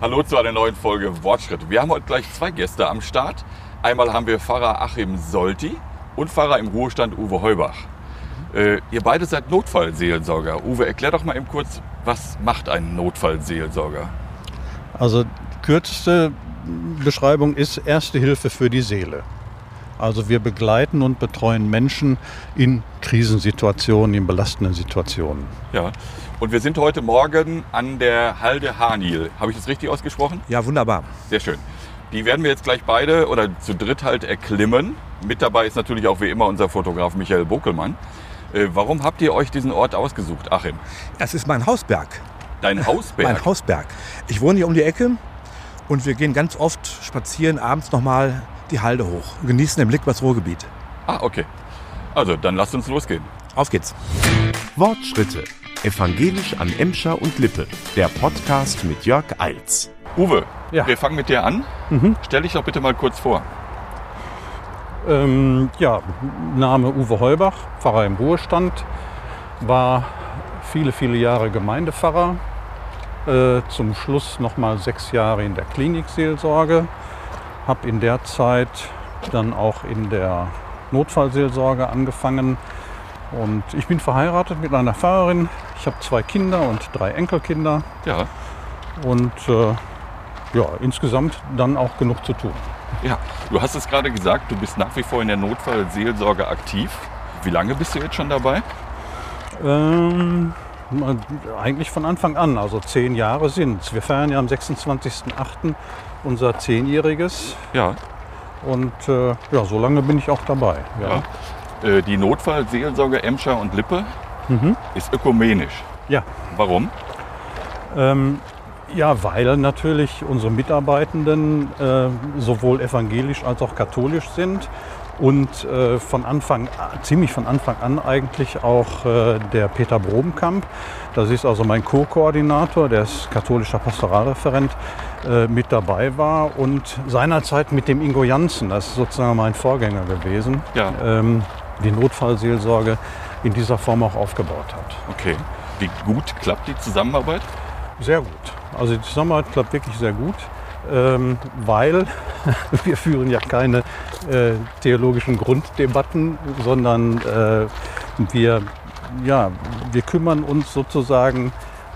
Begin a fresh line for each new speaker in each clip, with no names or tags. Hallo zu einer neuen Folge Wortschritt. Wir haben heute gleich zwei Gäste am Start. Einmal haben wir Pfarrer Achim Solti und Pfarrer im Ruhestand Uwe Heubach. Äh, ihr beide seid Notfallseelsorger. Uwe, erklär doch mal eben kurz, was macht ein Notfallseelsorger?
Also die kürzeste Beschreibung ist Erste Hilfe für die Seele. Also wir begleiten und betreuen Menschen in Krisensituationen, in belastenden Situationen.
Ja. Und wir sind heute Morgen an der Halde Haniel. Habe ich das richtig ausgesprochen?
Ja, wunderbar.
Sehr schön. Die werden wir jetzt gleich beide oder zu dritt halt erklimmen. Mit dabei ist natürlich auch wie immer unser Fotograf Michael Bokelmann. Äh, warum habt ihr euch diesen Ort ausgesucht, Achim?
Das ist mein Hausberg.
Dein Hausberg.
Mein Hausberg. Ich wohne hier um die Ecke und wir gehen ganz oft spazieren abends nochmal die Halde hoch und genießen den Blick über das Ruhrgebiet.
ah, okay. Also, dann lasst uns losgehen.
Auf geht's.
Wortschritte. Evangelisch an Emscher und Lippe. Der Podcast mit Jörg Eils.
Uwe,
Ja.
wir fangen mit dir an.
Mhm.
Stell dich doch bitte mal kurz vor.
Ähm, ja, Name Uwe Heubach, Pfarrer im Ruhestand, war viele, viele Jahre Gemeindepfarrer, äh, zum Schluss noch mal sechs Jahre in der Klinikseelsorge, habe in der Zeit dann auch in der Notfallseelsorge angefangen und ich bin verheiratet mit einer Pfarrerin. Ich habe zwei Kinder und drei Enkelkinder
Ja.
und äh, ja, insgesamt dann auch genug zu tun.
Ja, du hast es gerade gesagt, du bist nach wie vor in der Notfallseelsorge aktiv. Wie lange bist du jetzt schon dabei?
Ähm, man- eigentlich von Anfang an, also zehn Jahre sind Wir feiern ja am 26.08. unser Zehnjähriges
Ja.
und äh, ja, so lange bin ich auch dabei. Ja,
Äh, die Notfallseelsorge Emscher und Lippe
mhm.
ist ökumenisch.
ja.
Warum?
Ähm, ja weil natürlich unsere Mitarbeitenden äh, sowohl evangelisch als auch katholisch sind und äh, von Anfang a- ziemlich von Anfang an eigentlich auch äh, der Peter Brobenkamp, das ist also mein Co-Koordinator, der ist katholischer Pastoralreferent, äh, mit dabei war und seinerzeit mit dem Ingo Janssen, das ist sozusagen mein Vorgänger gewesen,
Ja.
ähm, die Notfallseelsorge in dieser Form auch aufgebaut hat.
Okay. Wie gut klappt die Zusammenarbeit?
Sehr gut. Also die Zusammenarbeit klappt wirklich sehr gut, ähm, weil wir führen ja keine äh, theologischen Grunddebatten, sondern äh, wir, ja, wir kümmern uns sozusagen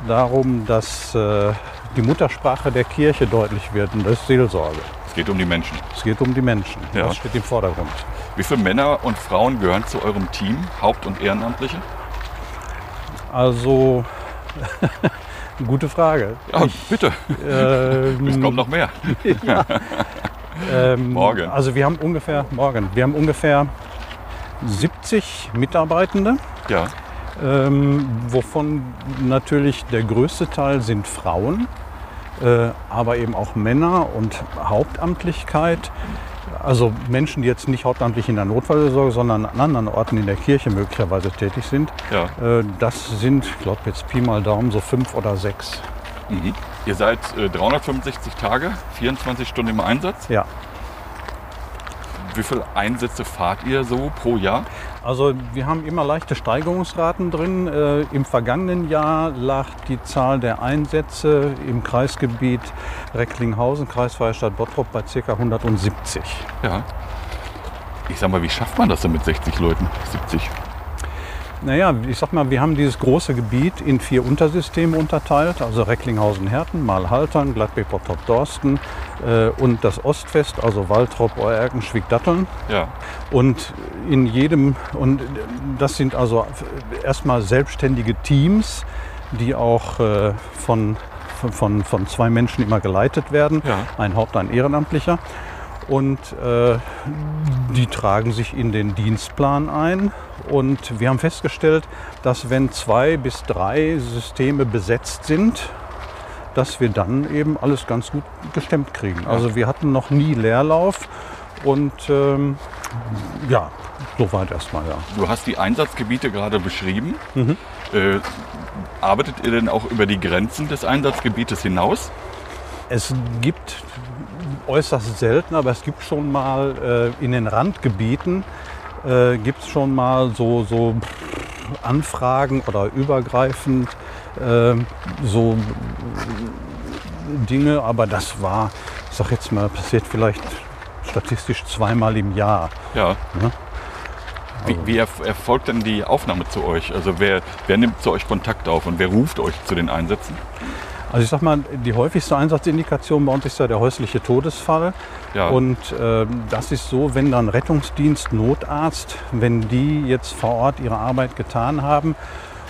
darum, dass äh, die Muttersprache der Kirche deutlich wird und das ist Seelsorge.
Es geht um die Menschen.
Es geht um die Menschen.
Ja.
Das steht im Vordergrund.
Wie viele Männer und Frauen gehören zu eurem Team, Haupt- und Ehrenamtliche?
Also, gute Frage.
Ja, bitte.
Ähm,
Es kommt noch mehr.
Ähm,
Morgen.
Also wir haben ungefähr morgen. Wir haben ungefähr 70 Mitarbeitende,
Ja.
ähm, wovon natürlich der größte Teil sind Frauen, äh, aber eben auch Männer und Hauptamtlichkeit. Also Menschen, die jetzt nicht hauptamtlich in der Notfallsorge, sondern an anderen Orten in der Kirche möglicherweise tätig sind.
Ja.
Äh, das sind, ich glaube jetzt Pi mal Daumen, so fünf oder sechs.
Mhm. Ihr seid äh, 365 Tage, 24 Stunden im Einsatz.
Ja.
Wie viele Einsätze fahrt ihr so pro Jahr?
Also wir haben immer leichte Steigerungsraten drin. Äh, Im vergangenen Jahr lag die Zahl der Einsätze im Kreisgebiet Recklinghausen, Kreisfreie Stadt Bottrop bei ca. 170.
Ja. Ich sag mal, wie schafft man das denn mit 60 Leuten? 70?
Naja, ich sag mal, wir haben dieses große Gebiet in vier Untersysteme unterteilt, also Recklinghausen-Herten, Malhaltern, Gladbeck-Bottrop-Dorsten äh, und das Ostfest, also Waltrop, Oerken, Schwiegdatteln.
Ja.
Und in jedem, und das sind also erstmal selbstständige Teams, die auch äh, von, von- von, von zwei Menschen immer geleitet werden.
Ja.
Ein Haupt, ein Ehrenamtlicher. Und äh, die tragen sich in den Dienstplan ein. Und wir haben festgestellt, dass wenn zwei bis drei Systeme besetzt sind, dass wir dann eben alles ganz gut gestemmt kriegen. Also wir hatten noch nie Leerlauf und ähm, ja, soweit erstmal, ja.
Du hast die Einsatzgebiete gerade beschrieben. Äh, arbeitet ihr denn auch über die Grenzen des Einsatzgebietes hinaus?
Es gibt äußerst selten, aber es gibt schon mal äh, in den Randgebieten äh, gibt es schon mal so, so Anfragen oder übergreifend äh, so Dinge, aber das war, ich sag jetzt mal, passiert vielleicht statistisch zweimal im Jahr.
Ja.
Ja.
Mhm. Wie, wie erf- erfolgt denn die Aufnahme zu euch? Also wer, wer nimmt zu euch Kontakt auf und wer ruft euch zu den Einsätzen?
Also ich sag mal, die häufigste Einsatzindikation bei uns ist ja der häusliche Todesfall.
Ja.
Und ähm, das ist so, wenn dann Rettungsdienst, Notarzt, wenn die jetzt vor Ort ihre Arbeit getan haben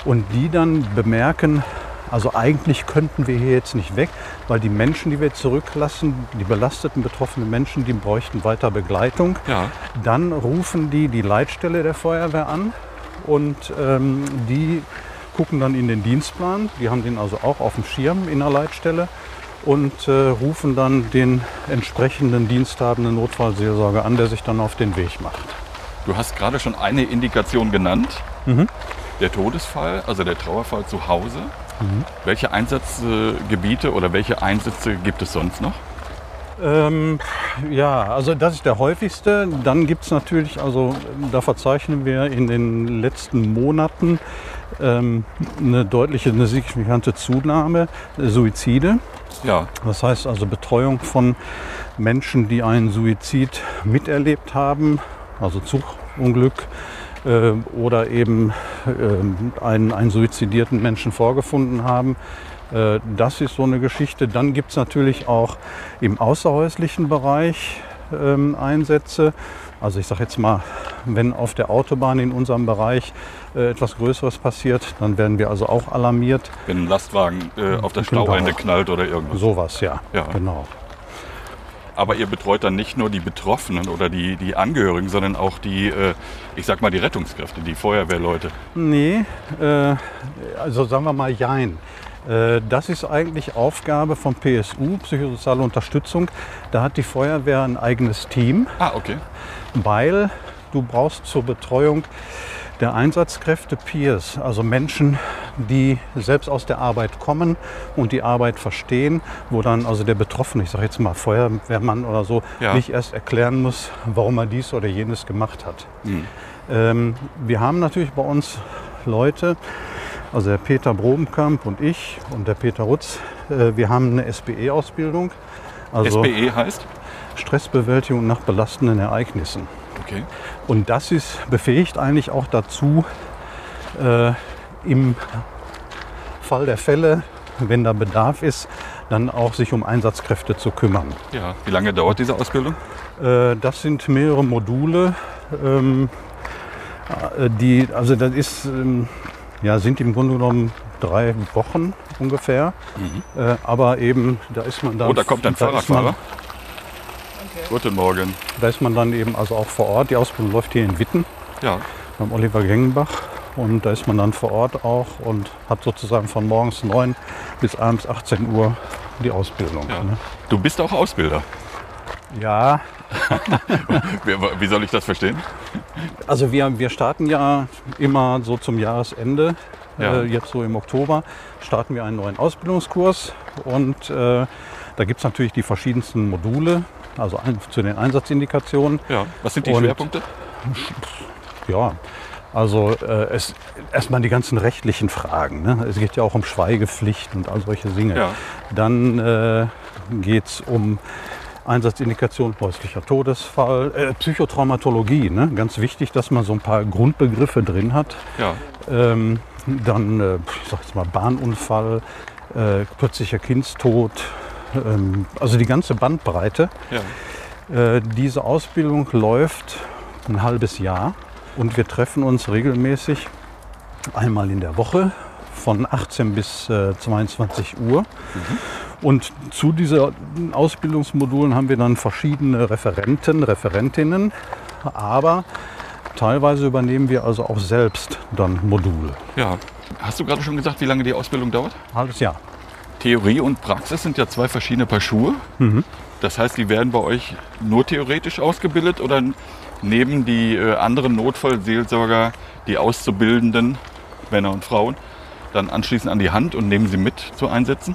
und die dann bemerken, also eigentlich könnten wir hier jetzt nicht weg, weil die Menschen, die wir zurücklassen, die belasteten, betroffenen Menschen, die bräuchten weiter Begleitung.
ja.
Dann rufen die die Leitstelle der Feuerwehr an und ähm, die gucken dann in den Dienstplan. Die haben den also auch auf dem Schirm in der Leitstelle und äh, rufen dann den entsprechenden diensthabenden Notfallseelsorger an, der sich dann auf den Weg macht.
Du hast gerade schon eine Indikation genannt.
Mhm.
Der Todesfall, also der Trauerfall zu Hause.
Mhm.
Welche Einsatzgebiete oder welche Einsätze gibt es sonst noch?
Ähm, ja, also das ist der häufigste. Dann gibt's natürlich, also ähm, da verzeichnen wir in den letzten Monaten ähm, eine deutliche, eine signifikante Zunahme äh, Suizide.
Ja,
Das heißt also Betreuung von Menschen, die einen Suizid miterlebt haben, also Zugunglück äh, oder eben ähm, einen, einen suizidierten Menschen vorgefunden haben. Äh, das ist so eine Geschichte. Dann gibt es natürlich auch im außerhäuslichen Bereich ähm, Einsätze. Also ich sage jetzt mal, wenn auf der Autobahn in unserem Bereich äh, etwas Größeres passiert, dann werden wir also auch alarmiert.
wenn ein Lastwagen äh, auf das
Genau.
Stauende knallt oder irgendwas.
Sowas, ja.
Ja.
Genau.
Aber ihr betreut dann nicht nur die Betroffenen oder die, die Angehörigen, sondern auch die, äh, ich sag mal, die Rettungskräfte, die Feuerwehrleute.
Nee, äh, also sagen wir mal Jein. Äh, Das ist eigentlich Aufgabe von PSU, psychosoziale Unterstützung. Da hat die Feuerwehr ein eigenes Team,
Ah, okay.
weil du brauchst zur Betreuung der Einsatzkräfte Peers, also Menschen, die selbst aus der Arbeit kommen und die Arbeit verstehen, wo dann also der Betroffene, ich sage jetzt mal Feuerwehrmann oder so,
Ja.
nicht erst erklären muss, warum er dies oder jenes gemacht hat.
Mhm.
Ähm, wir haben natürlich bei uns Leute, also der Peter Brobenkamp und ich und der Peter Rutz, äh, wir haben eine SBE-Ausbildung, also
SBE E heißt?
Stressbewältigung nach belastenden Ereignissen.
Okay.
Und das ist befähigt eigentlich auch dazu, äh, im Fall der Fälle, wenn da Bedarf ist, dann auch sich um Einsatzkräfte zu kümmern.
Ja. Wie lange dauert diese Ausbildung?
Äh, Das sind mehrere Module, ähm, äh, die, also das ist, ähm, ja, sind im Grunde genommen drei Wochen ungefähr. Äh, Aber eben, da ist man dann.
Mhm. Oh, da kommt ein
ist man-
Fahrradfahrer. Guten Morgen.
Da ist man dann eben also auch vor Ort. Die Ausbildung läuft hier in Witten
Ja.
beim Oliver Gengenbach. Und da ist man dann vor Ort auch und hat sozusagen von morgens 9 bis abends 18 Uhr die Ausbildung.
ja.
ne?
Du bist auch Ausbilder.
ja
Wie, wie soll ich das verstehen?
Also wir, wir starten ja immer so zum Jahresende,
Ja.
äh, jetzt so im Oktober, starten wir einen neuen Ausbildungskurs und äh, da gibt es natürlich die verschiedensten Module, also ein, zu den Einsatzindikationen.
Ja. Was sind die
Und-
Schwerpunkte?
Ja, also äh, es, erstmal die ganzen rechtlichen Fragen. Ne? Es geht ja auch um Schweigepflicht und all solche Dinge.
Ja.
Dann äh, geht es um Einsatzindikation häuslicher Todesfall, äh, Psychotraumatologie. Ne? Ganz wichtig, dass man so ein paar Grundbegriffe drin hat.
Ja.
Ähm, dann, äh, ich sag jetzt mal, Bahnunfall, äh, plötzlicher Kindstod. Ähm, also die ganze Bandbreite.
Ja.
Äh, diese Ausbildung läuft ein halbes Jahr und wir treffen uns regelmäßig einmal in der Woche von 18 bis äh, 22 Uhr. Und zu diesen Ausbildungsmodulen haben wir dann verschiedene Referenten, Referentinnen, aber teilweise übernehmen wir also auch selbst dann Module.
Ja. Hast du gerade schon gesagt, wie lange die Ausbildung dauert?
Halbes Jahr.
Theorie und Praxis sind ja zwei verschiedene Paar Schuhe. Das heißt, die werden bei euch nur theoretisch ausgebildet oder nehmen die äh, anderen Notfallseelsorger, die Auszubildenden, Männer und Frauen, dann anschließend an die Hand und nehmen sie mit zu Einsätzen?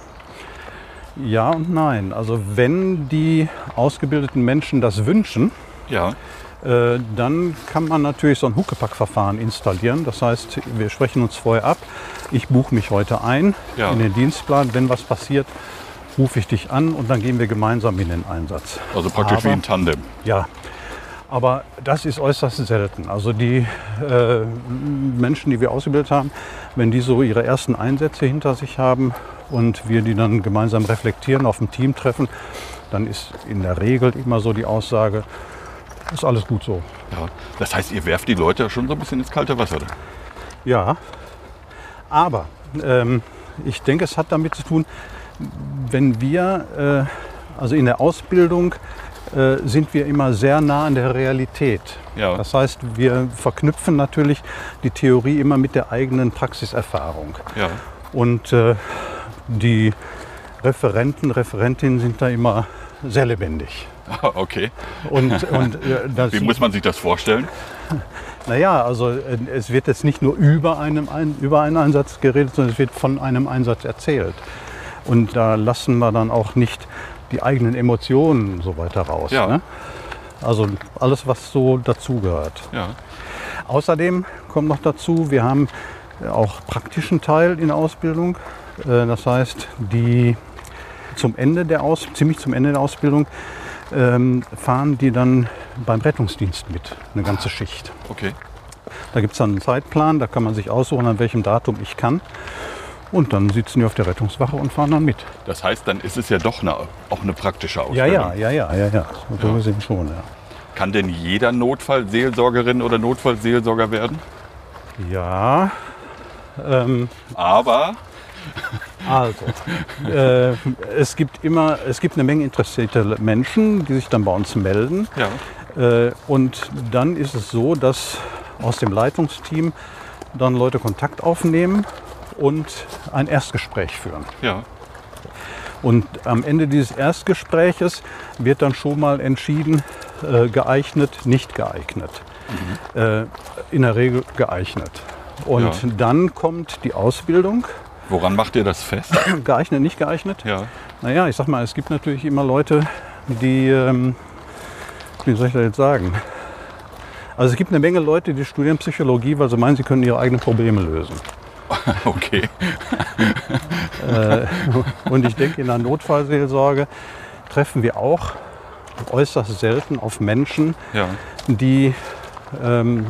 Ja und nein. Also wenn die ausgebildeten Menschen das wünschen,
Ja,
Äh, dann kann man natürlich so ein Huckepack-Verfahren installieren. Das heißt, wir sprechen uns vorher ab. Ich buche mich heute ein
Ja.
in den Dienstplan. Wenn was passiert, rufe ich dich an und dann gehen wir gemeinsam in den Einsatz.
Also praktisch
Aber-
wie ein Tandem.
Ja, aber das ist äußerst selten. Also die äh, Menschen, die wir ausgebildet haben, wenn die so ihre ersten Einsätze hinter sich haben und wir die dann gemeinsam reflektieren, auf dem Team treffen, dann ist in der Regel immer so die Aussage, ist alles gut so.
Ja. Das heißt, ihr werft die Leute schon so ein bisschen ins kalte Wasser.
Ja, aber ähm, ich denke, es hat damit zu tun, wenn wir, äh, also in der Ausbildung, äh, sind wir immer sehr nah an der Realität.
Ja.
Das heißt, wir verknüpfen natürlich die Theorie immer mit der eigenen Praxiserfahrung.
Ja.
Und äh, die Referenten, Referentinnen sind da immer sehr lebendig.
Okay.
Und, und äh, das
Wie muss man sich das vorstellen?
naja, also äh, es wird jetzt nicht nur über, einem, Ein- über einen Einsatz geredet, sondern es wird von einem Einsatz erzählt. Und da lassen wir dann auch nicht die eigenen Emotionen und so weiter raus.
Ja.
Ne? Also alles, was so dazugehört.
Ja.
Außerdem kommt noch dazu, wir haben äh, auch praktischen Teil in der Ausbildung. Äh, Das heißt, die zum Ende der Aus ziemlich zum Ende der Ausbildung ähm, fahren die dann beim Rettungsdienst mit, eine ganze Schicht.
Okay.
Da gibt es dann einen Zeitplan, da kann man sich aussuchen, an welchem Datum ich kann. Und dann sitzen die auf der Rettungswache und fahren dann mit.
Das heißt, dann ist es ja doch eine, auch eine praktische Ausbildung.
Ja, ja, ja, ja, ja, ja. So
Ja.
gesehen schon, ja.
Kann denn jeder Notfallseelsorgerin oder Notfallseelsorger werden?
Ja. Ähm,
Aber
Also, äh, es gibt immer, es gibt eine Menge interessierte Menschen, die sich dann bei uns melden.
ja,
Äh, und dann ist es so, dass aus dem Leitungsteam dann Leute Kontakt aufnehmen und ein Erstgespräch führen.
ja,
Und am Ende dieses Erstgespräches wird dann schon mal entschieden, äh, geeignet, nicht geeignet. Äh, in der Regel geeignet. Und
Mhm. Ja.
dann kommt die Ausbildung,
woran macht ihr das fest?
geeignet, nicht geeignet.
Ja,
Naja, ich sag mal, es gibt natürlich immer Leute, die, ähm, wie soll ich das jetzt sagen? Also es gibt eine Menge Leute, die studieren Psychologie, weil sie meinen, sie können ihre eigenen Probleme lösen.
okay.
Äh, und ich denke, in der Notfallseelsorge treffen wir auch äußerst selten auf Menschen,
Ja,
die, ähm,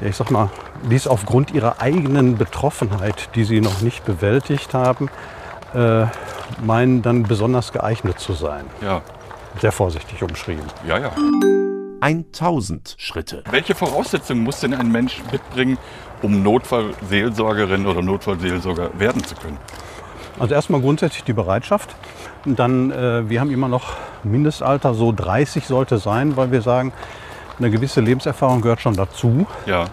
ja, ich sag mal, dies aufgrund ihrer eigenen Betroffenheit, die sie noch nicht bewältigt haben, äh, meinen dann besonders geeignet zu sein.
ja,
Sehr vorsichtig umschrieben.
ja, ja.
1000 Schritte.
Welche Voraussetzungen muss denn ein Mensch mitbringen, um Notfallseelsorgerin oder Notfallseelsorger werden zu können?
Also erstmal grundsätzlich die Bereitschaft. Und Dann, äh, wir haben immer noch Mindestalter, so 30 sollte sein, weil wir sagen, eine gewisse Lebenserfahrung gehört schon dazu.
Ja,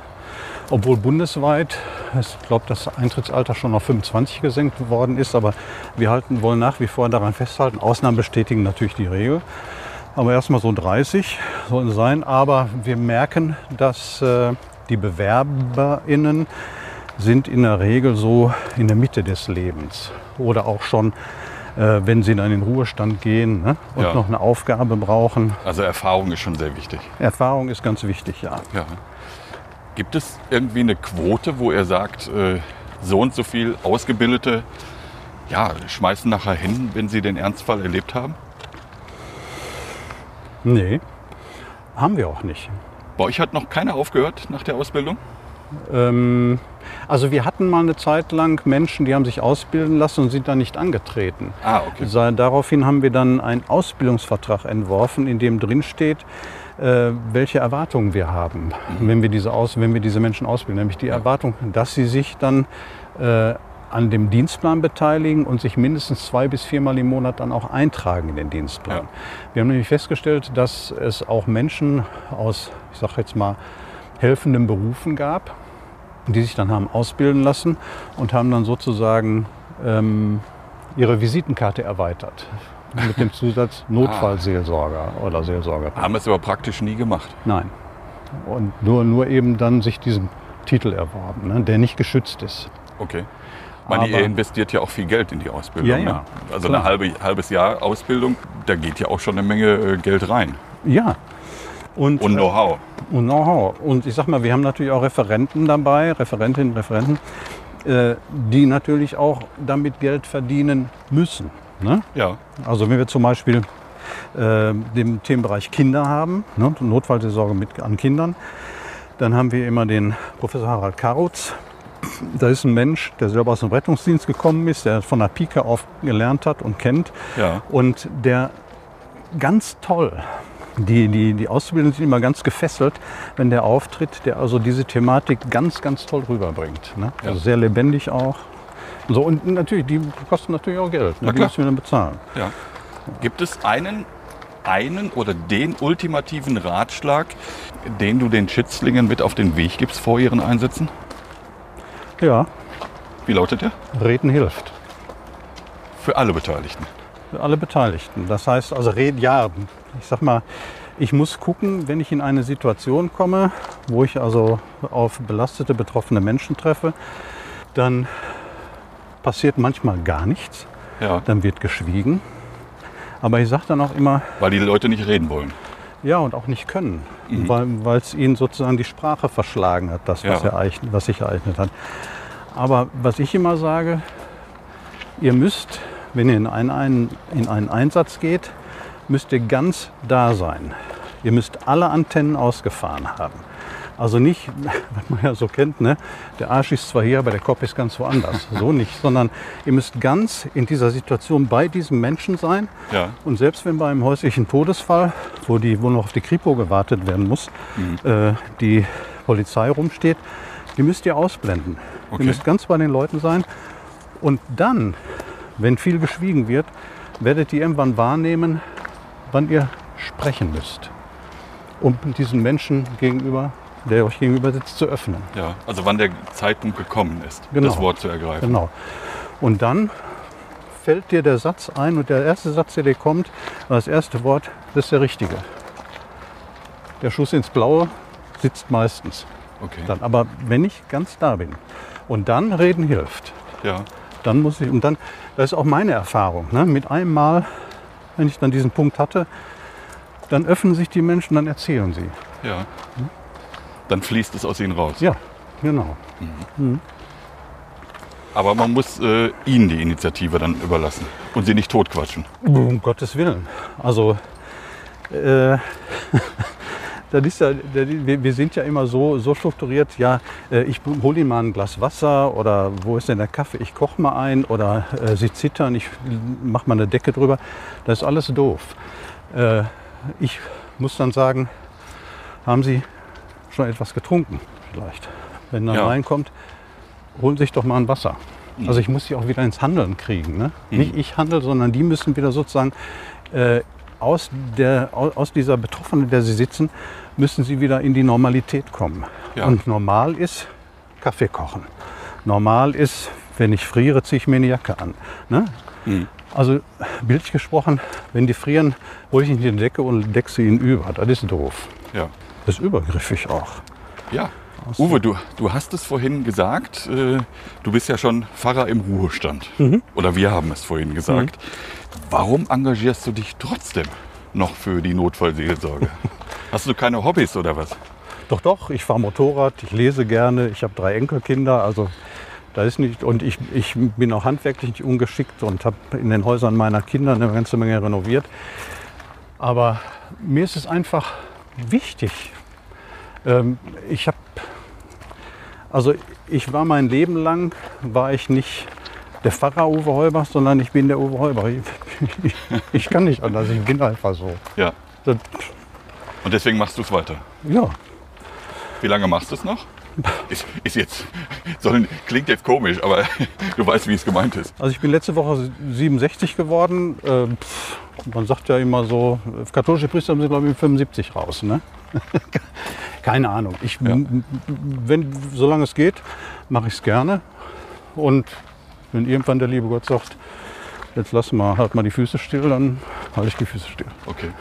Obwohl bundesweit, ich glaube, das Eintrittsalter schon auf 25 gesenkt worden ist, aber wir halten, wollen nach wie vor daran festhalten. Ausnahmen bestätigen natürlich die Regel. Aber erstmal so 30 sollen sein. Aber wir merken, dass äh, die BewerberInnen sind in der Regel so in der Mitte des Lebens. Oder auch schon, äh, wenn sie dann in den Ruhestand gehen ne? und
Ja.
noch eine Aufgabe brauchen.
also Erfahrung ist schon sehr wichtig.
Erfahrung ist ganz wichtig, ja.
Ja. Gibt es irgendwie eine Quote, wo er sagt, äh, so und so viel Ausgebildete ja, schmeißen nachher hin, wenn sie den Ernstfall erlebt haben?
Nee, haben wir auch nicht.
Bei euch hat noch keiner aufgehört nach der Ausbildung?
Ähm, also wir hatten mal eine Zeit lang Menschen, die haben sich ausbilden lassen und sind dann nicht angetreten.
Ah, okay.
Sei- Daraufhin haben wir dann einen Ausbildungsvertrag entworfen, in dem drin steht, äh, welche Erwartungen wir haben,
Mhm.
wenn, wir diese aus, wenn wir diese Menschen ausbilden. Nämlich die Erwartung, dass sie sich dann äh, an dem Dienstplan beteiligen und sich mindestens zwei bis viermal im Monat dann auch eintragen in den Dienstplan.
Ja.
Wir haben nämlich festgestellt, dass es auch Menschen aus, ich sage jetzt mal, helfenden Berufen gab, die sich dann haben ausbilden lassen und haben dann sozusagen ähm, ihre Visitenkarte erweitert. Mit dem Zusatz Notfallseelsorger oder Seelsorger.
Haben es aber praktisch nie gemacht.
Nein. Und nur, nur eben dann sich diesen Titel erworben, ne, der nicht geschützt ist.
Okay. Ich meine,
Aber-
ihr investiert ja auch viel Geld in die Ausbildung.
Ja, ja.
Ne? Also
Klar.
ein halbe, halbes Jahr Ausbildung, da geht ja auch schon eine Menge äh, Geld rein.
Ja.
Und Know-how.
und Know-how. Und ich sag mal, wir haben natürlich auch Referenten dabei, Referentinnen, Referenten, äh, die natürlich auch damit Geld verdienen müssen. Ne?
Ja.
Also wenn wir zum Beispiel äh, den Themenbereich Kinder haben, ne, Notfallseelsorge mit an Kindern, dann haben wir immer den Professor Harald Karutz. Da ist ein Mensch, der selber aus dem Rettungsdienst gekommen ist, der von der Pike auf gelernt hat und kennt
Ja.
und der ganz toll. Die, die, die Auszubildenden sind immer ganz gefesselt, wenn der auftritt, der also diese Thematik ganz, ganz toll rüberbringt. Ne?
Ja.
Also sehr lebendig auch. So, und natürlich, die kosten natürlich auch Geld.
Na
Ne? Die
klar.
müssen wir dann bezahlen.
Ja. Gibt es einen, einen oder den ultimativen Ratschlag, den du den Schützlingen mit auf den Weg gibst vor ihren Einsätzen?
Ja,
Wie lautet der?
reden hilft.
Für alle Beteiligten.
Für alle Beteiligten. Das heißt, also reden, ja, ich sag mal, ich muss gucken, wenn ich in eine Situation komme, wo ich also auf belastete, betroffene Menschen treffe, dann passiert manchmal gar nichts.
Ja.
Dann wird geschwiegen. Aber ich sage dann auch immer,
Weil die Leute nicht reden wollen.
ja und auch nicht können, weil es ihnen sozusagen die Sprache verschlagen hat, das, was,
Ja.
ereignet, was sich ereignet hat. Aber was ich immer sage, ihr müsst, wenn ihr in einen, einen, in einen Einsatz geht, müsst ihr ganz da sein. Ihr müsst alle Antennen ausgefahren haben. Also nicht, was man ja so kennt, ne? der Arsch ist zwar hier, aber der Kopf ist ganz woanders. So nicht, sondern ihr müsst ganz in dieser Situation bei diesem Menschen sein
Ja.
und selbst wenn bei einem häuslichen Todesfall, wo, die, wo noch auf die Kripo gewartet werden muss, äh, die Polizei rumsteht, die müsst ihr ausblenden.
Okay.
Ihr müsst ganz bei den Leuten sein. Und dann, wenn viel geschwiegen wird, werdet ihr irgendwann wahrnehmen, wann ihr sprechen müsst, um diesen Menschen gegenüber, der euch gegenüber sitzt, zu öffnen.
Ja. Also wann der Zeitpunkt gekommen ist,
Genau.
das Wort zu ergreifen.
Genau. Und dann fällt dir der Satz ein und der erste Satz, der dir kommt, das erste Wort, das ist der richtige. Der Schuss ins Blaue sitzt meistens.
Okay.
Dann, aber wenn ich ganz da bin und dann reden hilft,
Ja.
dann muss ich, und dann, das ist auch meine Erfahrung, ne? mit einem Mal, wenn ich dann diesen Punkt hatte, dann öffnen sich die Menschen, dann erzählen sie.
Ja. Dann fließt es aus ihnen raus.
Hm? Ja, genau.
Aber man muss äh, ihnen die Initiative dann überlassen und sie nicht totquatschen.
Um Gottes Willen. Also, äh, das ist ja, das- wir, wir sind ja immer so, so strukturiert, ja, äh, ich hole Ihnen mal ein Glas Wasser oder wo ist denn der Kaffee, ich koche mal ein oder äh, Sie zittern, ich mache mal eine Decke drüber. Das ist alles doof. Äh, ich muss dann sagen, haben Sie schon etwas getrunken vielleicht? Wenn dann
Ja.
reinkommt, holen Sie sich doch mal ein Wasser. Also ich muss sie auch wieder ins Handeln kriegen. Ne? Nicht ich handle, sondern die müssen wieder sozusagen äh, aus, der, au- aus dieser Betroffenen, in der sie sitzen, müssen sie wieder in die Normalität kommen.
Ja.
Und normal ist Kaffee kochen. Normal ist, wenn ich friere, ziehe ich mir eine Jacke an. Ne? Also bildlich gesprochen, wenn die frieren, hole ich ihnen die Decke und decke sie ihnen über. Das ist doof.
Ja.
Das ist übergriffig auch.
Ja. Uwe, du, du hast es vorhin gesagt, äh, du bist ja schon Pfarrer im Ruhestand. Oder wir haben es vorhin gesagt. Warum engagierst du dich trotzdem noch für die Notfallseelsorge? hast du keine Hobbys oder was?
Doch, doch, ich fahre Motorrad, ich lese gerne, ich habe drei Enkelkinder, also da ist nicht. Und ich, ich bin auch handwerklich nicht ungeschickt und habe in den Häusern meiner Kinder eine ganze Menge renoviert. Aber mir ist es einfach wichtig. Ähm, ich habe, also ich war mein Leben lang, war ich nicht der Pfarrer Uwe Heubach, sondern ich bin der Uwe Heubach. Ich, ich, ich kann nicht anders, ich bin einfach so.
Ja.
Das,
Und deswegen machst du es weiter.
ja,
Wie lange machst du es noch? Ist, ist jetzt, soll, klingt jetzt komisch, aber du weißt, wie es gemeint ist.
Also ich bin letzte Woche 67 geworden. Äh, pff, man sagt ja immer so, katholische Priester sind glaube ich mit 75 raus. Ne? Keine Ahnung. Ich, m- m- wenn, solange es geht, mache ich es gerne. Und wenn irgendwann der liebe Gott sagt, jetzt lass mal, halt mal die Füße still, dann halte ich die Füße still.
Okay.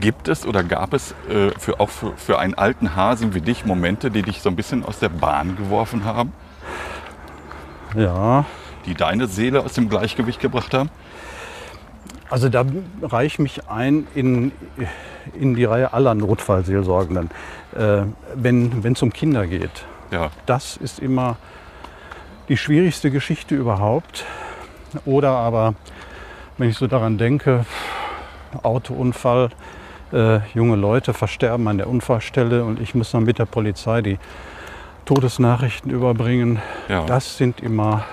Gibt es oder gab es äh, für, auch für, für einen alten Hasen wie dich Momente, die dich so ein bisschen aus der Bahn geworfen haben?
Ja,
die deine Seele aus dem Gleichgewicht gebracht haben?
Also da reich mich ein in, in die Reihe aller Notfallseelsorgenden, äh, wenn es um Kinder geht.
Ja,
Das ist immer die schwierigste Geschichte überhaupt. Oder aber Wenn ich so daran denke, Autounfall, äh, junge Leute versterben an der Unfallstelle und ich muss dann mit der Polizei die Todesnachrichten überbringen.
Ja.
Das sind immer,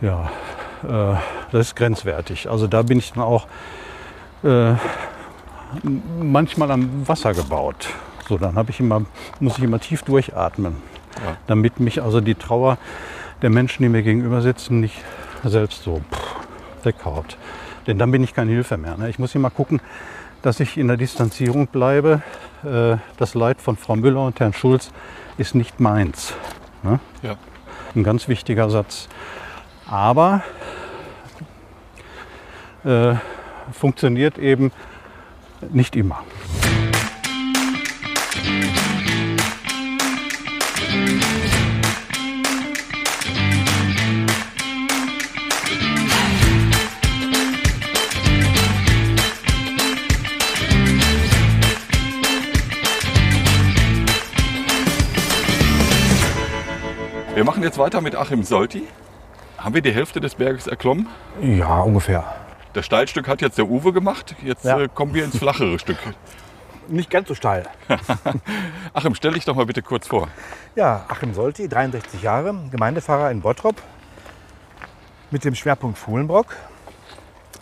ja, äh, das ist grenzwertig. Also da bin ich dann auch äh, m- manchmal am Wasser gebaut. So, dann habe ich immer, muss ich immer tief durchatmen,
Ja.
damit mich also die Trauer der Menschen, die mir gegenüber sitzen, nicht selbst so pff, weghaut. Denn dann bin ich keine Hilfe mehr. Ne? Ich muss immer gucken, dass ich in der Distanzierung bleibe. Äh, das Leid von Frau Müller und Herrn Schulz ist nicht meins. Ne?
Ja.
Ein ganz wichtiger Satz. Aber äh, funktioniert eben nicht immer.
Wir machen jetzt weiter mit Achim Solti. Haben wir die Hälfte des Berges erklommen?
Ja, ungefähr.
Das Steilstück hat jetzt der Uwe gemacht. Jetzt
Ja.
äh, kommen wir ins flachere Stück.
Nicht ganz so steil.
Achim, stell dich doch mal bitte kurz vor.
Ja, Achim Solti, 63 Jahre, Gemeindefahrer in Bottrop mit dem Schwerpunkt Fuhlenbrock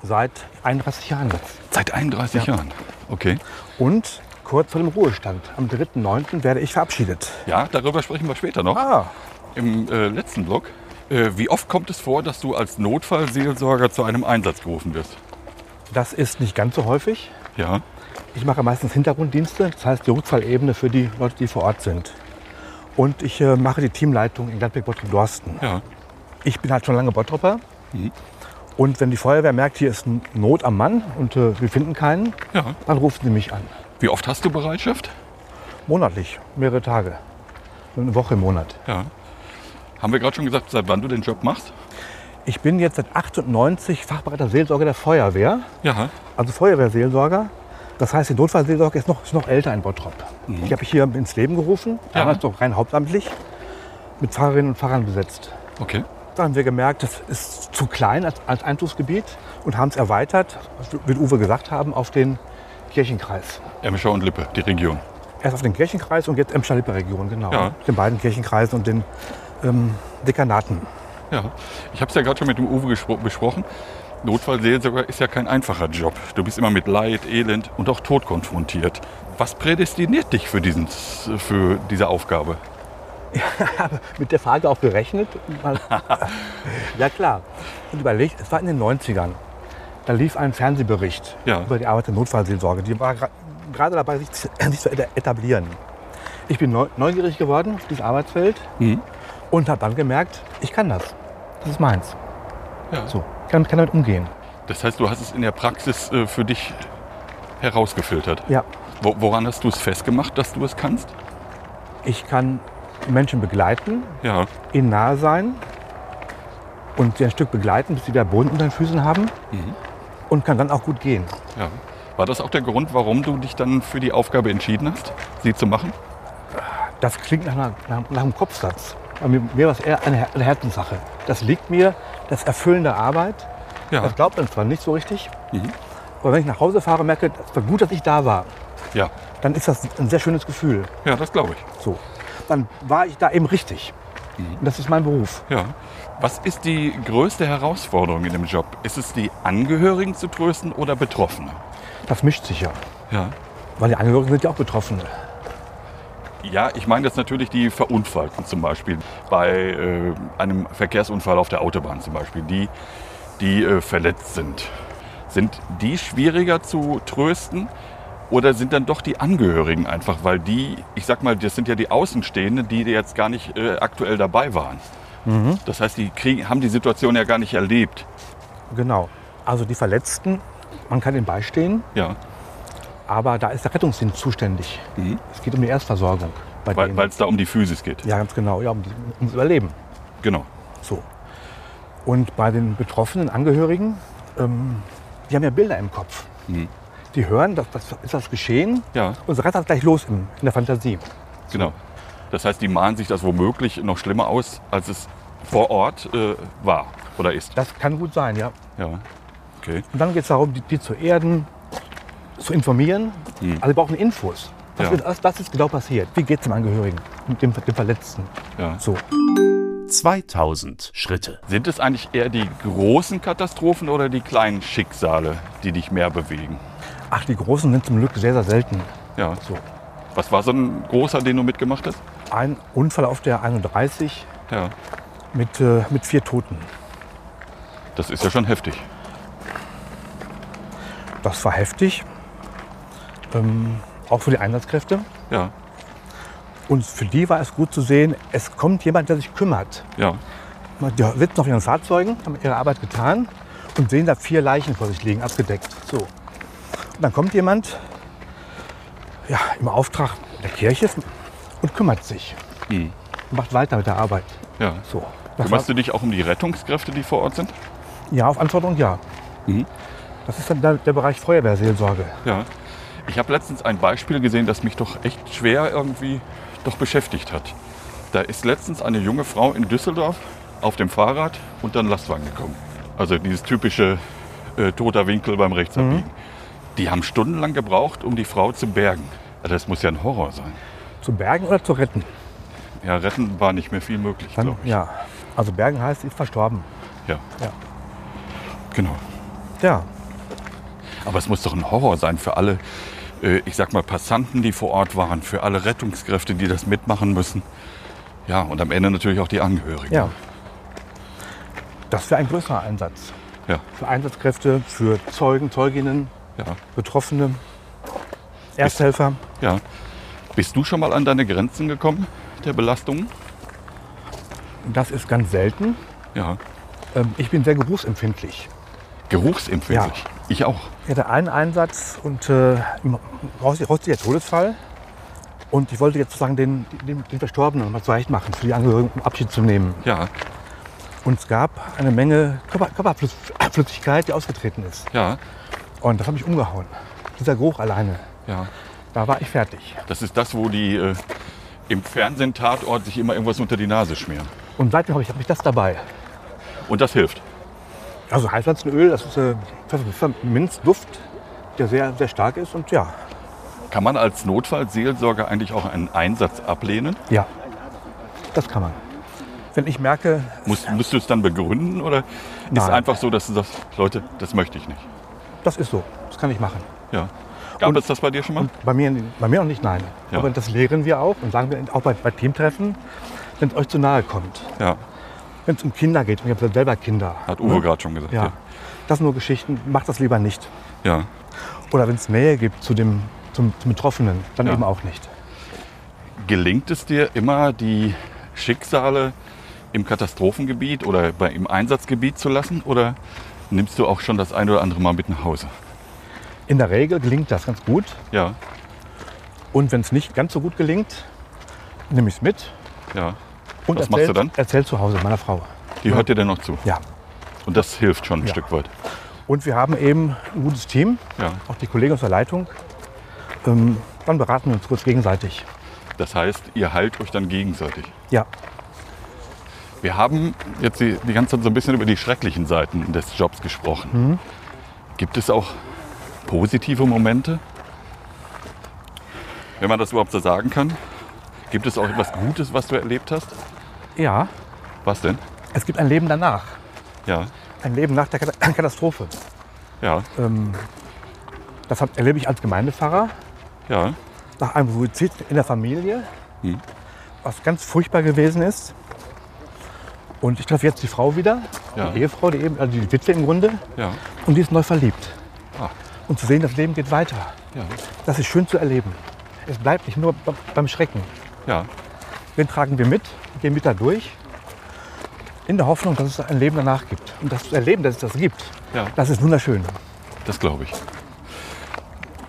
seit 31 Jahren jetzt.
Seit 31 Jahren. Okay.
Und kurz vor dem Ruhestand. Am 3.9. werde ich verabschiedet.
Ja, darüber sprechen wir später noch.
Ah,
Im äh, letzten Blog. Äh, wie oft kommt es vor, dass du als Notfallseelsorger zu einem Einsatz gerufen wirst?
das ist nicht ganz so häufig.
Ja.
Ich mache meistens Hintergrunddienste, das heißt die Rückfallebene für die Leute, die vor Ort sind. Und ich äh, mache die Teamleitung in Gladbeck-Bottrop-Dorsten.
Ja.
Ich bin halt schon lange Bottropper.
Mhm.
Und wenn die Feuerwehr merkt, hier ist n- Not am Mann und äh, wir finden keinen,
Ja.
dann rufen sie mich an.
Wie oft hast du Bereitschaft?
Monatlich, mehrere Tage. Eine Woche im Monat.
Ja. Haben wir gerade schon gesagt, seit wann du den Job machst?
Ich bin jetzt seit 98 Fachbereiter Seelsorger der Feuerwehr,
Ja.
also Feuerwehrseelsorger. Das heißt, die Notfallseelsorge ist noch, ist noch älter in Bottrop. Ich habe hier ins Leben gerufen,
Mhm. Ja.
damals noch rein hauptamtlich, mit Pfarrerinnen und Pfarrern besetzt.
Okay.
Da haben wir gemerkt, das ist zu klein als, als Einflussgebiet und haben es erweitert, was wir- wie Uwe gesagt haben, auf den Kirchenkreis.
Emscher und Lippe, die Region.
Erst auf den Kirchenkreis und jetzt Emscher-Lippe-Region, genau.
Ja.
Den beiden Kirchenkreisen und den ähm, Dekanaten.
Ja, ich habe es ja gerade schon mit dem Uwe gespro- besprochen. Notfallseelsorger ist ja kein einfacher Job. Du bist immer mit Leid, Elend und auch Tod konfrontiert. Was prädestiniert dich für, diesen, für diese Aufgabe?
Mit der Frage auch gerechnet? Mal- ja klar. Und überlegt, es war in den 90ern. Da lief ein Fernsehbericht
Ja.
über die Arbeit der Notfallseelsorge. Die war gra- gerade dabei, sich, zu- sich zu eta- etablieren. Ich bin neu- neugierig geworden auf dieses Arbeitsfeld
Mhm.
und habe dann gemerkt, ich kann das. Das ist meins.
Ja.
So, kann, kann damit umgehen.
Das heißt, du hast es in der Praxis äh, für dich herausgefiltert.
Ja,
Wo, woran hast du es festgemacht, dass du es kannst?
ich kann Menschen begleiten,
Ja,
ihnen nahe sein und sie ein Stück begleiten, bis sie wieder Boden unter den Füßen haben
Mhm.
und kann dann auch gut gehen.
ja. War das auch der Grund, warum du dich dann für die Aufgabe entschieden hast, sie zu machen?
Das klingt nach, einer, nach, nach einem Kopfsatz. Bei mir, mir war es eher eine, Her- eine Herzenssache. Das liegt mir, das erfüllende Arbeit.
Ja,
Das glaubt man zwar nicht so richtig,
mhm.
aber wenn ich nach Hause fahre, merke, es war gut, dass ich da war,
ja.
dann ist das ein sehr schönes Gefühl.
ja das glaube ich.
So. Dann war ich da eben richtig.
Mhm.
Und das ist mein Beruf.
Ja. Was ist die größte Herausforderung in dem Job? Ist es die Angehörigen zu trösten oder Betroffene?
Das mischt sich ja.
Ja.
Weil die Angehörigen sind ja auch Betroffene.
Ja, ich meine jetzt natürlich die Verunfallten zum Beispiel bei äh, einem Verkehrsunfall auf der Autobahn zum Beispiel, die, die äh, verletzt sind. Sind die schwieriger zu trösten oder sind dann doch die Angehörigen einfach, weil die, ich sag mal, das sind ja die Außenstehenden, die jetzt gar nicht äh, aktuell dabei waren. Das heißt, die kriegen, haben die Situation ja gar nicht erlebt.
Genau. Also die Verletzten, man kann ihnen beistehen,
Ja,
aber da ist der Rettungsdienst zuständig.
Mhm.
Es geht um die Erstversorgung bei denen.
weil es da um die Physis geht.
Genau. ja, ganz genau. Ja, um, die- ums Überleben.
Genau.
So. Und bei den betroffenen Angehörigen, ähm, die haben ja Bilder im Kopf.
Mhm.
Die hören, das, das ist das Geschehen
Ja,
und so rattert gleich los in, in der Fantasie.
genau. Das heißt, die malen sich das womöglich noch schlimmer aus, als es vor Ort äh, war oder ist.
Das kann gut sein, ja.
Ja. Okay.
Und dann geht es darum, die, die zu erden, zu informieren.
Hm.
Also wir brauchen Infos. Was,
Ja.
ist, was, was ist genau passiert? Wie geht es dem Angehörigen, dem, dem Verletzten?
Ja.
So.
2000 Schritte.
Sind es eigentlich eher die großen Katastrophen oder die kleinen Schicksale, die dich mehr bewegen?
Ach, die Großen sind zum Glück sehr, sehr selten.
Ja.
So.
Was war so ein großer, den du mitgemacht hast?
Ein Unfall auf der 31
Ja.
mit, äh, mit vier Toten.
Das ist ja schon heftig.
Das war heftig. Ähm, auch für die Einsatzkräfte.
Ja.
Und für die war es gut zu sehen, es kommt jemand, der sich kümmert.
Ja.
Die sitzen auf ihren Fahrzeugen, haben ihre Arbeit getan und sehen da vier Leichen vor sich liegen, abgedeckt. So. Und dann kommt jemand ja, im Auftrag der Kirche und kümmert sich.
Hm.
Und macht weiter mit der Arbeit.
Ja.
Mhm. So. Das
Kümmerst du dich auch um die Rettungskräfte, die vor Ort sind?
war- ja, auf Anforderung ja.
Mhm.
Das ist dann der, der Bereich Feuerwehrseelsorge.
Ja. Ich habe letztens ein Beispiel gesehen, das mich doch echt schwer irgendwie doch beschäftigt hat. Da ist letztens eine junge Frau in Düsseldorf auf dem Fahrrad und dann Lastwagen gekommen. Also dieses typische äh, toter Winkel beim Rechtsabbiegen.
Mhm.
Die haben stundenlang gebraucht, um die Frau zu bergen. Also das muss ja ein Horror sein.
Zu bergen oder zu retten?
Ja, retten war nicht mehr viel möglich,
Dann,
glaube ich.
ja. Also bergen heißt, sie ist verstorben.
Ja.
Ja.
Genau.
Ja.
Aber es muss doch ein Horror sein für alle, äh, ich sag mal, Passanten, die vor Ort waren, für alle Rettungskräfte, die das mitmachen müssen. Ja, und am Ende natürlich auch die Angehörigen.
Ja. Das wäre ein größerer Einsatz.
Ja.
Für Einsatzkräfte, für Zeugen, Zeuginnen,
Ja.
Betroffene, Ersthelfer.
ja. Bist du schon mal an deine Grenzen gekommen der Belastungen?
Das ist ganz selten.
Ja.
Ähm, Ich bin sehr geruchsempfindlich.
Geruchsempfindlich.
Ja.
Ich auch.
Ich hatte einen Einsatz und äh, im raus- raus- der Todesfall. Und ich wollte jetzt sozusagen den, den, den Verstorbenen noch mal zurecht machen, für die Angehörigen, um Abschied zu nehmen.
Ja,
Und es gab eine Menge Körper, Körperflüssigkeit, die ausgetreten ist.
ja,
Und das hat mich umgehauen. Dieser Geruch alleine.
ja.
Da war ich fertig.
Das ist das, wo die äh, im Fernsehen Tatort sich immer irgendwas unter die Nase schmieren.
Und seitdem habe ich, hab ich das dabei.
Und das hilft.
Also Heilpflanzenöl, das ist äh, Pfeffer- Pfefferminzduft, der sehr, sehr stark ist. Und ja,
Kann man als Notfallseelsorger eigentlich auch einen Einsatz ablehnen?
ja, das kann man. Wenn ich merke,
Muss, müsst du es dann begründen oder ist es
Nein.
einfach so, dass du sagst, Leute, das möchte ich nicht?
das ist so, das kann ich machen.
Ja. Gab
Und-
es das bei dir schon mal?
Und bei mir, bei mir noch nicht, nein.
Ja.
Aber das lehren wir auch und sagen wir auch bei, bei Teamtreffen, wenn es euch zu nahe kommt.
ja,
Wenn es um Kinder geht, und ich habe selber Kinder.
hat Uwe gerade schon gesagt.
ne? ja. Das sind nur Geschichten, macht das lieber nicht.
ja. Ja.
Oder wenn es Nähe gibt zu dem, zum, zum Betroffenen, dann
Ja.
eben auch nicht.
Gelingt es dir immer, die Schicksale im Katastrophengebiet oder bei, im Einsatzgebiet zu lassen? Oder nimmst du auch schon das ein oder andere Mal mit nach Hause?
In der Regel gelingt das ganz gut.
Ja,
Und wenn es nicht ganz so gut gelingt, nehme ich es mit.
ja.
Und
Was machst du dann?
Erzähl zu Hause meiner Frau.
Die hört dir dann noch zu.
Ja.
Und das hilft schon ein
Ja.
Stück weit.
Und wir haben eben ein gutes Team,
Ja.
auch die Kollegen aus der Leitung. Ähm, dann beraten wir uns kurz gegenseitig.
Das heißt, ihr heilt euch dann gegenseitig.
Ja,
Wir haben jetzt die, die ganze Zeit so ein bisschen über die schrecklichen Seiten des Jobs gesprochen. Gibt es auch positive Momente? Wenn man das überhaupt so sagen kann. Gibt es auch etwas Gutes, was du erlebt hast?
ja.
Was denn?
Es gibt ein Leben danach.
Ja,
Ein Leben nach der Kat- Katastrophe.
ja,
Ähm, das hab, erlebe ich als Gemeindepfarrer
ja,
nach einem Suizid in der Familie,
Hm.
was ganz furchtbar gewesen ist. Und ich treffe jetzt die Frau wieder,
Ja.
die Ehefrau, die, eben, also die Witwe im Grunde,
ja,
und die ist neu verliebt.
Ah.
Und zu sehen, das Leben geht weiter.
ja,
Das ist schön zu erleben. Es bleibt nicht nur be- beim Schrecken.
ja.
Den tragen wir mit, gehen mit da durch, in der Hoffnung, dass es ein Leben danach gibt. Und das zu erleben, dass es das gibt,
Ja.
das ist wunderschön.
Das glaube ich.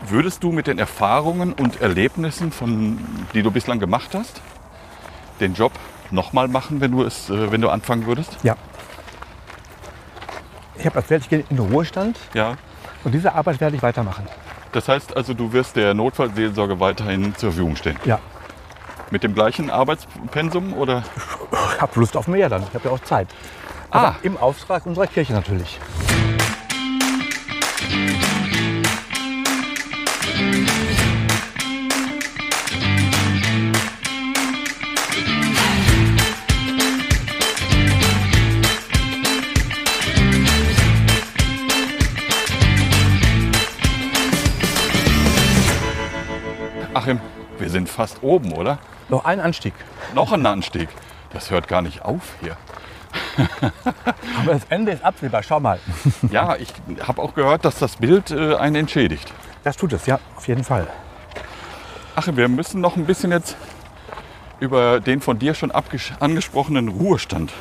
Würdest du mit den Erfahrungen und Erlebnissen, von, die du bislang gemacht hast, den Job nochmal machen, wenn du, es, äh, wenn du anfangen würdest?
Ja. Ich habe erzählt, ich gehe in den Ruhestand
Ja.
und diese Arbeit werde ich weitermachen.
Das heißt also, du wirst der Notfallseelsorge weiterhin zur Verfügung stehen.
Ja.
Mit dem gleichen Arbeitspensum oder?
Ich habe Lust auf mehr dann. Ich habe ja auch Zeit. Aber
Ah.
im Auftrag unserer Kirche natürlich.
Achim, wir sind fast oben, oder?
Noch ein Anstieg.
Noch ein Anstieg. Das hört gar nicht auf hier.
Aber das Ende ist absehbar. Schau mal.
Ja, ich habe auch gehört, dass das Bild äh, einen entschädigt.
Das tut es, ja, auf jeden Fall.
Achim, wir müssen noch ein bisschen jetzt über den von dir schon abgesch- angesprochenen Ruhestand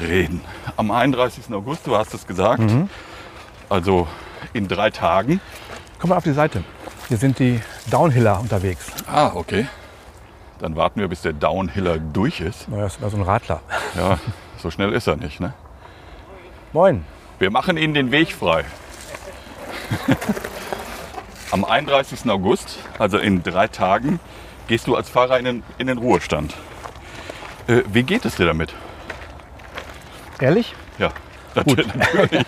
reden. Am 31. August, du hast es gesagt, also in drei Tagen.
Komm mal auf die Seite. Hier sind die Downhiller unterwegs.
Ah, okay. Dann warten wir, bis der Downhiller durch ist.
Na, Das ist immer so ein Radler.
Ja, so schnell ist er nicht. Ne?
Moin.
Wir machen Ihnen den Weg frei. Am 31. August, also in drei Tagen, gehst du als Fahrer in den, in den Ruhestand. Äh, wie geht es dir damit?
Ehrlich?
Ja, natürlich. natürlich.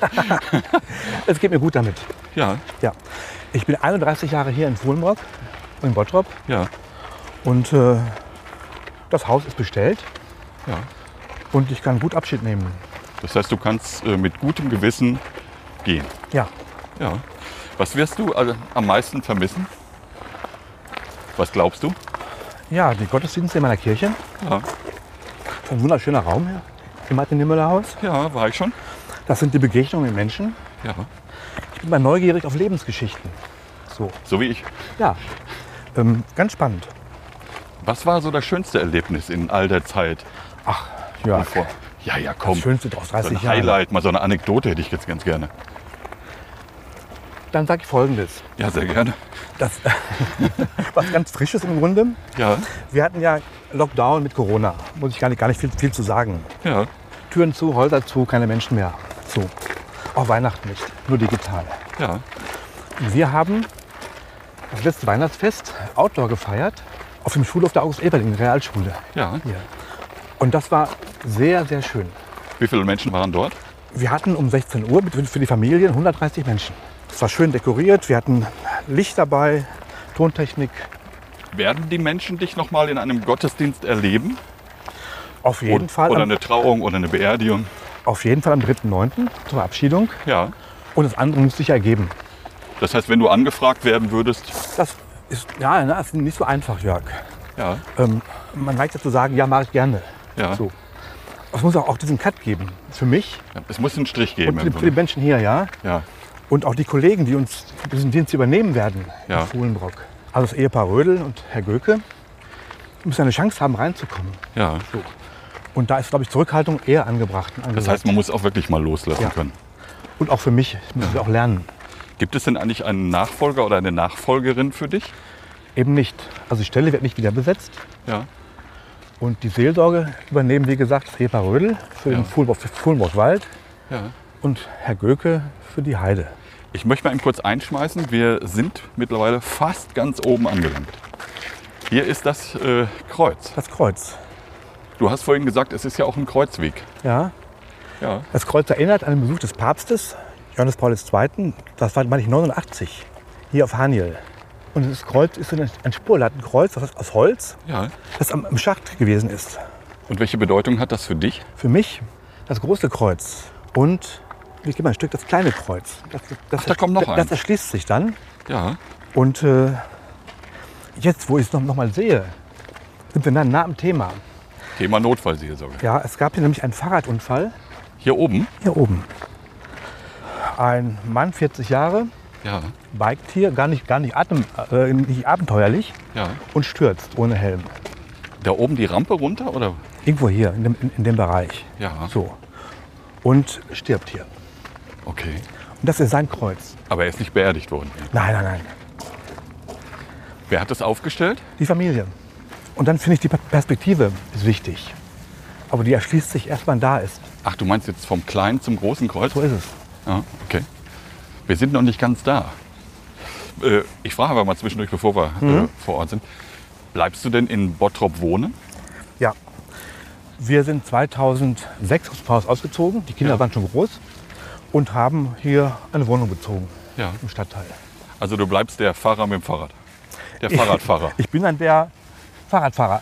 Es geht mir gut damit.
Ja,
Ja. Ich bin 31 Jahre hier in Fuhlenbrock, in Bottrop.
ja,
Und äh, das Haus ist bestellt.
ja.
Und ich kann gut Abschied nehmen.
Das heißt, du kannst äh, mit gutem Gewissen gehen.
Ja.
Ja. Was wirst du also am meisten vermissen? Was glaubst du?
Ja, die Gottesdienste in meiner Kirche.
Ja,
Das ist ein wunderschöner Raum hier im Martin-Niemöller-Haus.
ja war ich schon.
Das sind die Begegnungen mit Menschen.
Ja,
Ich bin mal neugierig auf Lebensgeschichten. So,
so wie ich.
ja. Ähm, ganz spannend.
Was war so das schönste Erlebnis in all der Zeit?
Ach, ja.
Bevor- Ja, ja, komm.
Das Schönste aus
So
30
ein
Jahren.
Highlight, mal so eine Anekdote hätte ich jetzt ganz gerne.
Dann sage ich Folgendes.
Ja, sehr gerne.
Das, was ganz Frisches im Grunde.
Ja,
Wir hatten ja Lockdown mit Corona. Muss ich gar nicht, gar nicht viel, viel zu sagen.
ja,
Türen zu, Häuser zu, keine Menschen mehr. So. Auch Weihnachten nicht, nur digital.
ja.
Und wir haben das letzte Weihnachtsfest outdoor gefeiert auf dem Schulhof der August-Eberling-Realschule.
Ja,
hier. Und das war sehr, sehr schön.
wie viele Menschen waren dort?
Wir hatten um 16 Uhr mit- für die Familien 130 Menschen. Das war schön dekoriert, wir hatten Licht dabei, Tontechnik.
Werden die Menschen dich nochmal in einem Gottesdienst erleben?
Auf jeden,
Oder-
Fall
Oder
am,
eine Trauung oder eine Beerdigung?
auf jeden Fall am 3.9. zur Verabschiedung.
Ja.
Und das andere muss sich ergeben.
Das heißt, wenn du angefragt werden würdest,
Das ist, ja, ne, das ist nicht so einfach, Jörg.
ja,
Ähm, man neigt dazu sagen, ja, mache ich gerne.
ja.
So. Es muss auch, auch diesen Cut geben. Für mich
Ja, Es muss einen Strich geben.
und für die,
im
für die Menschen hier, ja.
Grunde. ja,
Und auch die Kollegen, die uns diesen Dienst übernehmen werden
Ja.
in Fuhlenbrock. Also das Ehepaar Rödel und Herr Göke müssen eine Chance haben, reinzukommen.
ja.
Und da ist, glaube ich, Zurückhaltung eher angebracht. und
Das
angesagt.
heißt, man muss auch wirklich mal loslassen
Ja.
können.
und auch für mich, ich muss es auch lernen.
Gibt es denn eigentlich einen Nachfolger oder eine Nachfolgerin für dich?
Eben nicht. Also die Stelle wird nicht wieder besetzt.
Ja,
Und die Seelsorge übernehmen, wie gesagt, das Ehepaar Rödel für
Ja.
den Fuhlbrock- für Fuhlenbrock-Wald
ja.
und Herr Göke für die Heide.
Ich möchte mal eben kurz einschmeißen. Wir sind mittlerweile fast ganz oben angelangt. Hier ist das äh, Kreuz.
Das Kreuz.
Du hast vorhin gesagt, es ist ja auch ein Kreuzweg.
Ja,
Ja,
Das Kreuz erinnert an den Besuch des Papstes, Johannes Paul II., das war, meine ich, 89, hier auf Haniel. Und das Kreuz ist so ein ein Spurlattenkreuz das ist aus Holz,
ja.
das am, im Schacht gewesen ist.
Und welche Bedeutung hat das für dich?
Für mich das große Kreuz und, ich gebe mal ein Stück, das kleine Kreuz. Das, das,
da kommt noch
das,
eins.
das erschließt sich dann.
Ja,
Und äh, jetzt, wo ich es noch, noch mal sehe, sind wir nah, nah am Thema.
Thema Notfallseelsorge.
Ja, es gab hier nämlich einen Fahrradunfall
Hier oben?
hier oben. Ein Mann, 40 Jahre,
Ja,
biked hier, gar nicht, gar nicht, atem, äh, nicht abenteuerlich
ja.
und stürzt ohne Helm.
Da oben die Rampe runter oder?
Irgendwo hier, in dem, in, in dem Bereich.
Ja.
So. Und stirbt hier.
Okay.
Und das ist sein Kreuz.
Aber er ist nicht beerdigt worden.
Nein, nein, nein.
Wer hat das aufgestellt?
Die Familie. Und dann finde ich, die Per- Perspektive ist wichtig. Aber die erschließt sich erst, wenn man da ist.
Ach, du meinst jetzt vom kleinen zum großen Kreuz?
So ist es.
Ja, Ah, okay. Wir sind noch nicht ganz da. Äh, ich frage aber mal zwischendurch, bevor wir
Mhm.
äh, vor Ort sind. Bleibst du denn in Bottrop wohnen?
Ja. Wir sind 2006 aus dem Haus ausgezogen. Die Kinder
Ja.
waren schon groß. Und haben hier eine Wohnung bezogen
Ja.
im Stadtteil.
Also du bleibst der Fahrer mit dem Fahrrad. Der Fahrradfahrer.
Ich bin dann der Fahrradfahrer.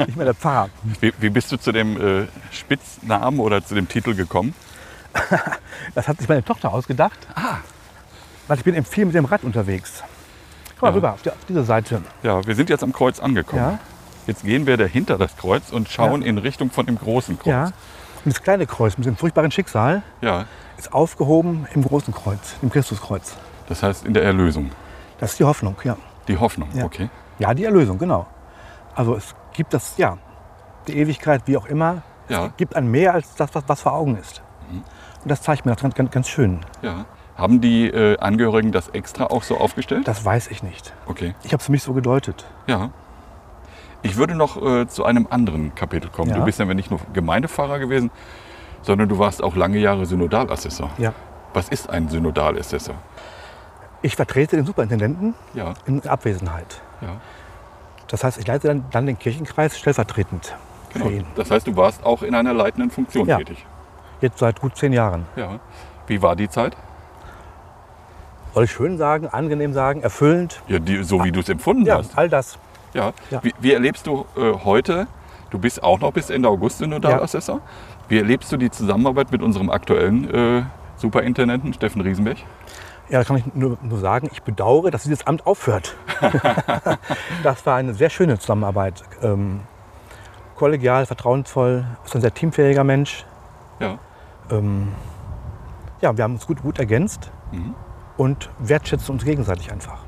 Nicht mehr der Pfarrer.
Wie, wie bist du zu dem äh, Spitznamen oder zu dem Titel gekommen?
Das hat sich meine Tochter ausgedacht. Ah. Weil ich bin eben viel mit dem Rad unterwegs. Guck mal
Ja.
rüber, auf, die, auf diese Seite.
Ja, wir sind jetzt am Kreuz angekommen.
Ja.
Jetzt gehen wir dahinter das Kreuz und schauen in Richtung von dem großen Kreuz.
Ja. Und das kleine Kreuz mit dem furchtbaren Schicksal
ja.
ist aufgehoben im großen Kreuz, im Christuskreuz.
Das heißt in der Erlösung.
Das ist die Hoffnung, ja.
Die Hoffnung,
Ja.
okay.
Ja, die Erlösung, genau. Also es gibt das, ja, die Ewigkeit, wie auch immer,
Ja.
es gibt ein mehr als das, was, was vor Augen ist. Und das zeigt mir das ganz, ganz, ganz schön.
Ja. Haben die äh, Angehörigen das extra auch so aufgestellt?
Das weiß ich nicht.
Okay.
Ich habe es für mich so gedeutet.
Ja. Ich würde noch äh, zu einem anderen Kapitel kommen.
Ja.
Du bist ja nicht nur Gemeindefahrer gewesen, sondern du warst auch lange Jahre Synodalassessor.
Ja.
Was ist ein Synodalassessor?
Ich vertrete den Superintendenten
Ja,
in Abwesenheit.
ja.
Das heißt, ich leite dann, dann den Kirchenkreis stellvertretend
Genau.
für ihn.
Das heißt, du warst auch in einer leitenden Funktion
Ja.
tätig.
Jetzt seit gut zehn Jahren.
Ja. Wie war die Zeit?
Soll ich schön sagen, angenehm sagen, erfüllend?
Ja, die, so wie du es empfunden
Ja,
hast.
all das.
Ja.
Ja.
Wie, wie erlebst du äh, heute, du bist auch noch bis Ende August Synodalassessor, wie erlebst du die Zusammenarbeit mit unserem aktuellen äh, Superintendenten Steffen Riesenberg?
Ja, da kann ich nur, nur sagen, ich bedauere, dass dieses Amt aufhört. das war eine sehr schöne Zusammenarbeit. Ähm, kollegial, vertrauensvoll, ist ein sehr teamfähiger Mensch.
Ja.
Ähm, ja, wir haben uns gut, gut ergänzt
Mhm.
und wertschätzen uns gegenseitig einfach.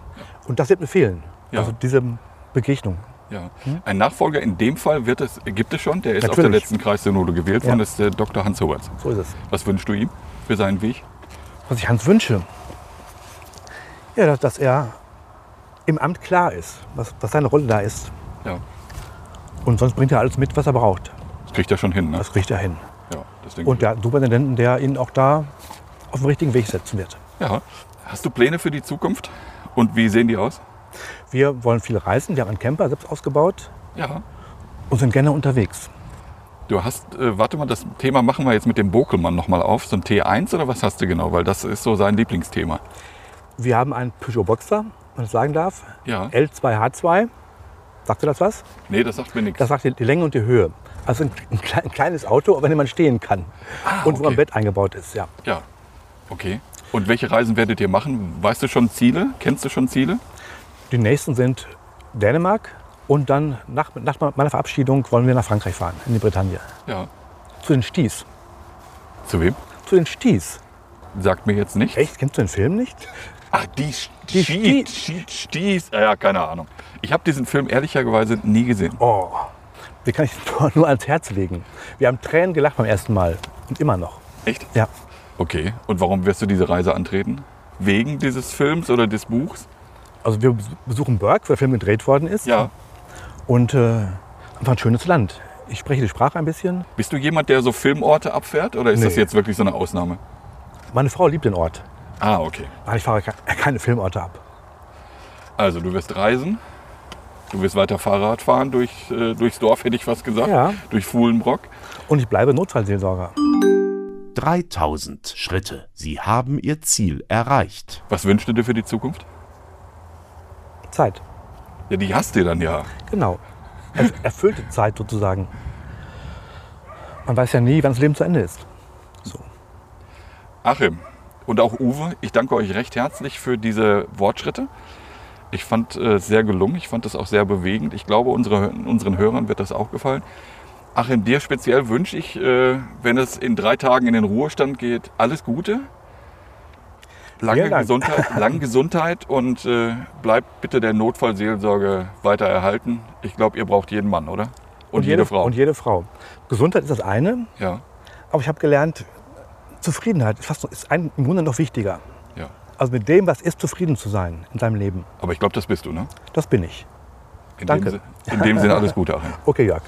Und das wird mir fehlen.
Ja.
Also diese Begegnung.
Ja. Ein Nachfolger in dem Fall wird es, gibt es schon, der ist auf der
Hm? Natürlich.
letzten Kreissynode gewählt worden,
Ja.
das ist der Dr. Hans Hoberts.
So ist es.
Was wünschst du ihm für seinen Weg?
Was ich Hans wünsche, ja, dass, dass er im Amt klar ist, was, was seine Rolle da ist.
Ja.
Und sonst bringt er alles mit, was er braucht.
Das kriegt er schon hin, ne?
Das kriegt er hin.
Ja, das denke
Und der Superintendenten, der ihn auch da auf den richtigen Weg setzen wird.
ich. ja. Hast du Pläne für die Zukunft? Und wie sehen die aus?
Wir wollen viel reisen. Wir haben einen Camper selbst ausgebaut
Ja.
und sind gerne unterwegs.
Du hast, äh, warte mal, das Thema machen wir jetzt mit dem Bokelmann nochmal auf. So ein T1 oder was hast du genau? Weil das ist so sein Lieblingsthema.
Wir haben einen Peugeot Boxer, wenn man das sagen darf.
Ja.
L2H2. Sagt ihr das was?
Nee, das sagt mir nichts.
Das sagt die, die Länge und die Höhe. Also ein, ein kle- ein kleines Auto, auf dem man stehen kann. und wo
okay.
ein Bett eingebaut ist. Ja.
Ja. Okay. Und welche Reisen werdet ihr machen? Weißt du schon Ziele? Kennst du schon Ziele?
Die nächsten sind Dänemark und dann nach, nach meiner Verabschiedung wollen wir nach Frankreich fahren, in die Bretagne.
Ja.
Zu den Sties.
Zu wem?
Zu den Sties.
Sagt mir jetzt nichts.
Echt? Kennst du den Film nicht?
Ach, die
Die
Schied, Schied, Sties. Ah Ja, keine Ahnung. Ich habe diesen Film ehrlicherweise nie gesehen.
Oh, den kann ich nur- nur ans Herz legen. Wir haben Tränen gelacht beim ersten Mal und immer noch.
Echt?
Ja,
Okay. Und warum wirst du diese Reise antreten? Wegen dieses Films oder des Buchs?
also wir besuchen Berg, wo der Film gedreht worden ist.
Ja.
Und äh, einfach ein schönes Land. Ich spreche die Sprache ein bisschen.
Bist du jemand, der so Filmorte abfährt oder ist das
Nee.
jetzt wirklich so eine Ausnahme?
Meine Frau liebt den Ort.
Ah, okay.
Nein, ich fahre ke- äh, keine Filmorte ab.
Also du wirst reisen, du wirst weiter Fahrrad fahren durch, äh, durchs Dorf, hätte ich was gesagt,
Ja.
durch Fuhlenbrock.
Und ich bleibe Notfallseelsorger.
3000 Schritte. Sie haben ihr Ziel erreicht.
Was wünschst du dir für die Zukunft?
Zeit.
Ja, die hast du dann ja.
Genau. Erf- Erfüllte Zeit sozusagen. Man weiß ja nie, wann das Leben zu Ende ist.
Achim und auch Uwe, ich danke euch recht herzlich für diese Wortschritte. Ich fand äh, es sehr gelungen, ich fand das auch sehr bewegend. Ich glaube, unsere, unseren Hörern wird das auch gefallen. Achim, dir speziell wünsche ich, äh, wenn es in drei Tagen in den Ruhestand geht, alles Gute. Lange
Vielen Dank.
Gesundheit, lange Gesundheit und äh, bleibt bitte der Notfallseelsorge weiter erhalten. Ich glaube, ihr braucht jeden Mann, oder? Und, jede, Frau.
Und jede Frau. Gesundheit ist das eine,
ja,
aber ich habe gelernt, Zufriedenheit ist, fast, noch- ist ein, im Grunde noch wichtiger.
ja.
Also mit dem, was ist, zufrieden zu sein in seinem Leben.
Aber ich glaube, das bist du, ne?
Das bin ich.
In
Danke.
Dem, Si- in dem Sinne alles Gute, Achim.
Okay, Jörg.